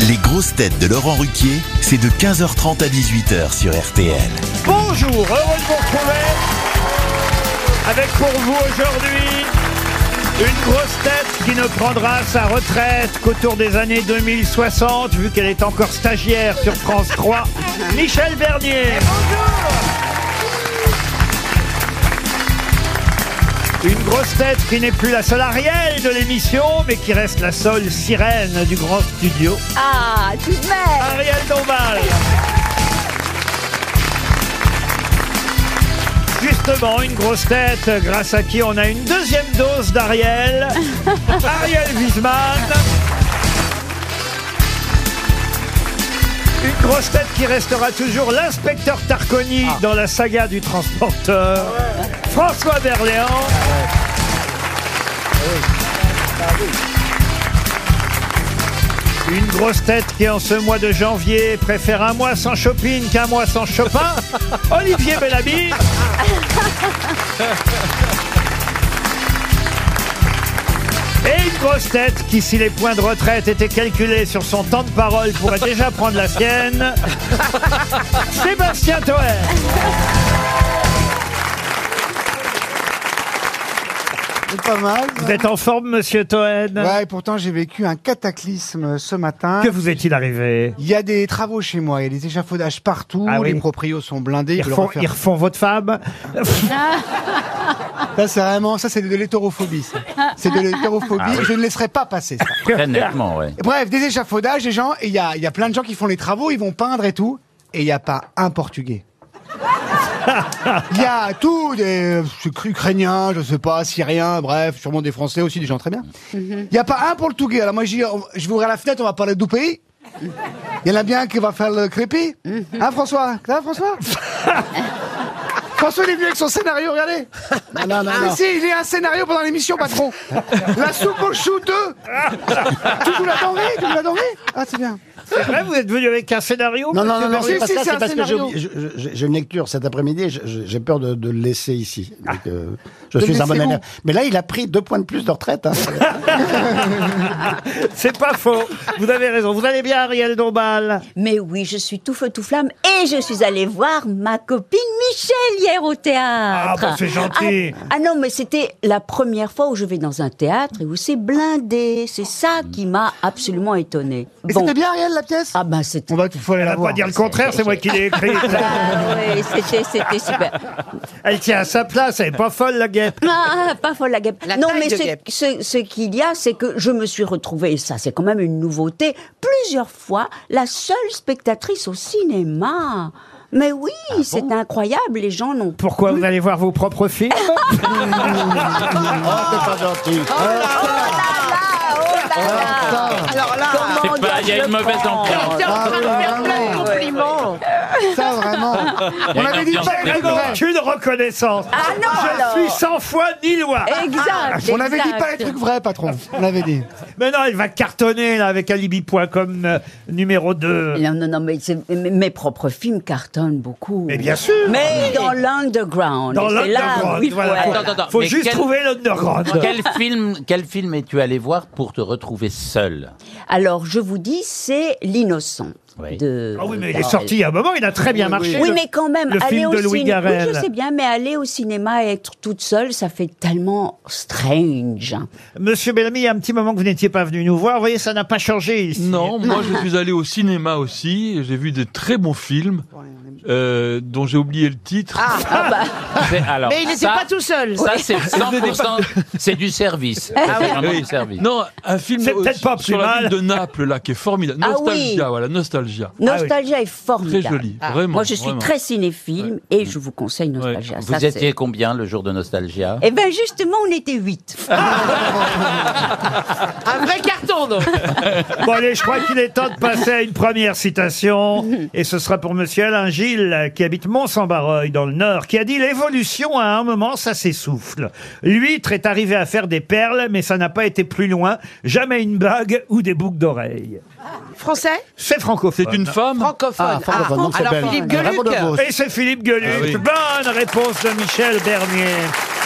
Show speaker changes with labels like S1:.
S1: Les grosses têtes de Laurent Ruquier, c'est de 15h30 à 18h sur RTL.
S2: Bonjour, heureux de vous retrouver avec pour vous aujourd'hui une grosse tête qui ne prendra sa retraite qu'autour des années 2060, vu qu'elle est encore stagiaire sur France 3, Michel Bernier. Une grosse tête qui n'est plus la seule Ariel de l'émission, mais qui reste la seule sirène du grand studio.
S3: Ah, tout de même
S2: Ariel Dombal. Justement, une grosse tête grâce à qui on a une deuxième dose d'Ariel. Ariel Wiesman. Une grosse tête qui restera toujours l'inspecteur Tarconi dans la saga du transporteur. François Berléand. Une grosse tête qui, en ce mois de janvier, préfère un mois sans shopping qu'un mois sans Chopin, Olivier Bellamy. Et une grosse tête qui, si les points de retraite étaient calculés sur son temps de parole, pourrait déjà prendre la sienne, Sébastien Toer.
S4: C'est pas mal.
S2: Vous êtes en forme, monsieur Toen
S4: Ouais, et pourtant j'ai vécu un cataclysme ce matin.
S2: Que vous est-il arrivé
S4: Il y a des travaux chez moi, il y a des échafaudages partout,
S2: Ah oui.
S4: les proprios sont blindés.
S2: ils
S4: veulent
S2: refont,
S4: refaire-
S2: ils refont votre femme
S4: Ça c'est vraiment, ça c'est de l'hétérophobie. ça. C'est de l'hétérophobie,
S2: Ah
S4: je ne laisserai pas passer ça.
S5: Très nettement, ouais.
S4: Bref, des échafaudages, des gens, et il y a, il y a plein de gens qui font les travaux, ils vont peindre et tout, et il n'y a pas un portugais. Il y a tout des je sais, ukrainiens, je sais pas, syriens, bref, sûrement des français aussi, des gens très bien. Il n'y a pas un portugais. Alors moi, je dis, on- je vais ouvrir la fenêtre, on va parler du pays. Il y en a bien qui va faire le crépi. Hein, François Ça va, François François, il est venu avec son scénario, regardez. Non, non, non. Si, il y a un scénario pendant l'émission, patron. La soupe au chou 2. tu vous la denrée Tu vous la denrée Ah, c'est bien.
S2: C'est vrai, vous êtes venu avec un scénario
S6: Non, non, non, non,
S4: Si,
S6: c'est pas
S4: si,
S6: ça,
S4: c'est un
S6: c'est parce que j'ai
S4: scénario.
S6: oublié- je- je- j'ai j'ai une lecture cet après-midi, je- je- j'ai peur de, de le laisser ici. Donc, euh, je
S4: le
S6: suis un bon
S4: laissez-vous.
S6: élève. Mais là, il a pris deux points de plus de retraite. hein.
S2: C'est pas faux. Vous avez raison. Vous allez bien, Ariel Dombal
S3: Mais oui, je suis tout feu tout flamme et je suis allée voir ma copine Michel hier au théâtre.
S2: Ah, bah, c'est gentil.
S3: Ah, ah non, mais c'était la première fois où je vais dans un théâtre et où c'est blindé. C'est ça qui m'a absolument étonnée.
S4: Et
S3: Bon.
S4: c'était bien, Ariel, la pièce
S3: Ah ben c'était...
S4: On va tout faut aller
S2: Elle
S4: la
S2: va pas
S4: voir.
S2: dire le contraire, c'est moi qui l'ai écrit.
S3: Ah, ouais, c'était, c'était super.
S2: Elle tient à sa place, elle est pas folle, la guêpe.
S3: Ah, ah, pas folle la guêpe.
S7: La
S3: non,
S7: taille
S3: mais
S7: de
S3: c'est-
S7: guêpe.
S3: ce, ce qu'il y a, c'est que je me suis retrouvée, et ça c'est quand même une nouveauté, plusieurs fois la seule spectatrice au cinéma. Mais oui, c'est incroyable, les gens n'ont pas.
S2: Pourquoi vous allez voir vos propres films
S6: Oh, t'es pas gentil.
S7: Ah, oh, Alors là,
S3: Comment
S5: pas- il y a
S3: dois-je
S5: une
S3: le
S5: mauvaise
S3: prendre
S5: ambiance.
S7: t'es en train de faire plein de
S4: Ah,
S7: compliments.
S4: Ça, vraiment.
S5: Il y a
S4: On
S5: une
S4: avait dit
S5: ambiance
S4: pas
S2: Elle
S4: les
S5: déplorable.
S2: n'a
S4: contraires.
S2: aucune reconnaissance.
S3: Ah non,
S2: Je
S3: alors.
S2: suis 100 fois ni loin.
S7: Ah,
S3: Exact.
S4: On avait dit pas les
S3: exact.
S4: trucs vrais, patron. On l'avait dit.
S2: Mais non, elle va cartonner là, avec Alibi.com euh, numéro 2.
S3: Non, non, non, mais c'est- mes- mes propres films cartonnent beaucoup.
S2: Mais bien sûr
S3: Mais dans l'underground.
S2: Dans
S3: et c'est là
S2: l'underground,
S3: où il faut
S2: voilà.
S3: être.
S2: Faut,
S5: Attends, attends,
S2: faut
S5: mais
S2: juste
S5: quel-
S2: trouver l'underground.
S5: Quel film, quel film es-tu allé voir pour te retrouver seul
S3: Alors, je vous dis, c'est L'innocent.
S5: Oui.
S3: De...
S2: Ah oui, mais il est sorti il y a un moment, il a très bien marché.
S3: Oui,
S2: le-
S3: mais quand même,
S2: le
S3: aller
S2: film
S3: au
S2: de Louis
S3: ciné-
S2: Garrel.
S3: Oui, je sais bien, mais aller au cinéma et être toute seule, ça fait tellement strange.
S2: Ah Monsieur Bellamy, il y a un petit moment que vous n'étiez pas venu nous voir. Vous voyez, ça n'a pas changé ici.
S8: Non, moi je suis allé au cinéma aussi, et j'ai vu des très bons films euh, dont j'ai oublié le titre.
S3: Ah.
S5: C'est- alors,
S7: Mais il n'était
S5: ça,
S7: pas tout seul.
S5: Ça, c'est 100%, c'est du service. Ça, C'est vraiment
S8: Oui.
S5: du service.
S8: Non, un film
S2: C'est
S8: au-
S2: peut-être pas plus
S8: sur la
S2: mal.
S8: ville de Naples là qui est formidable.
S3: Ah oui.
S8: Nostalgia, voilà, Nostalgia.
S3: Nostalgia est
S8: Très
S3: formidable. Ah.
S8: joli, vraiment.
S3: Moi, je suis
S8: vraiment.
S3: très cinéphile et je vous conseille Nostalgia.
S5: Vous
S3: ça, c'est-
S5: étiez combien le jour de Nostalgia
S3: Eh bien, justement, on était huit.
S7: Un vrai carton, donc.
S2: Bon, allez, je crois qu'il est temps de passer à une première citation. Et ce sera pour monsieur Alain Gilles, qui habite Mont-Saint-Barreuil, dans le Nord, qui a dit L'évolution, à un moment, ça s'essouffle. L'huître est arrivée à faire des perles, mais ça n'a pas été plus loin. Jamais une bague ou des boucles d'oreilles.
S7: Français
S2: C'est francophone.
S8: C'est une femme
S7: Francophone.
S6: Ah, francophone, donc c'est
S7: alors
S6: belle.
S7: Philippe
S6: Bravo de
S7: Gueluc.
S6: Beauce.
S2: Et c'est Philippe Gueluc.
S8: Ah oui.
S2: Bonne réponse de Michel Bernier.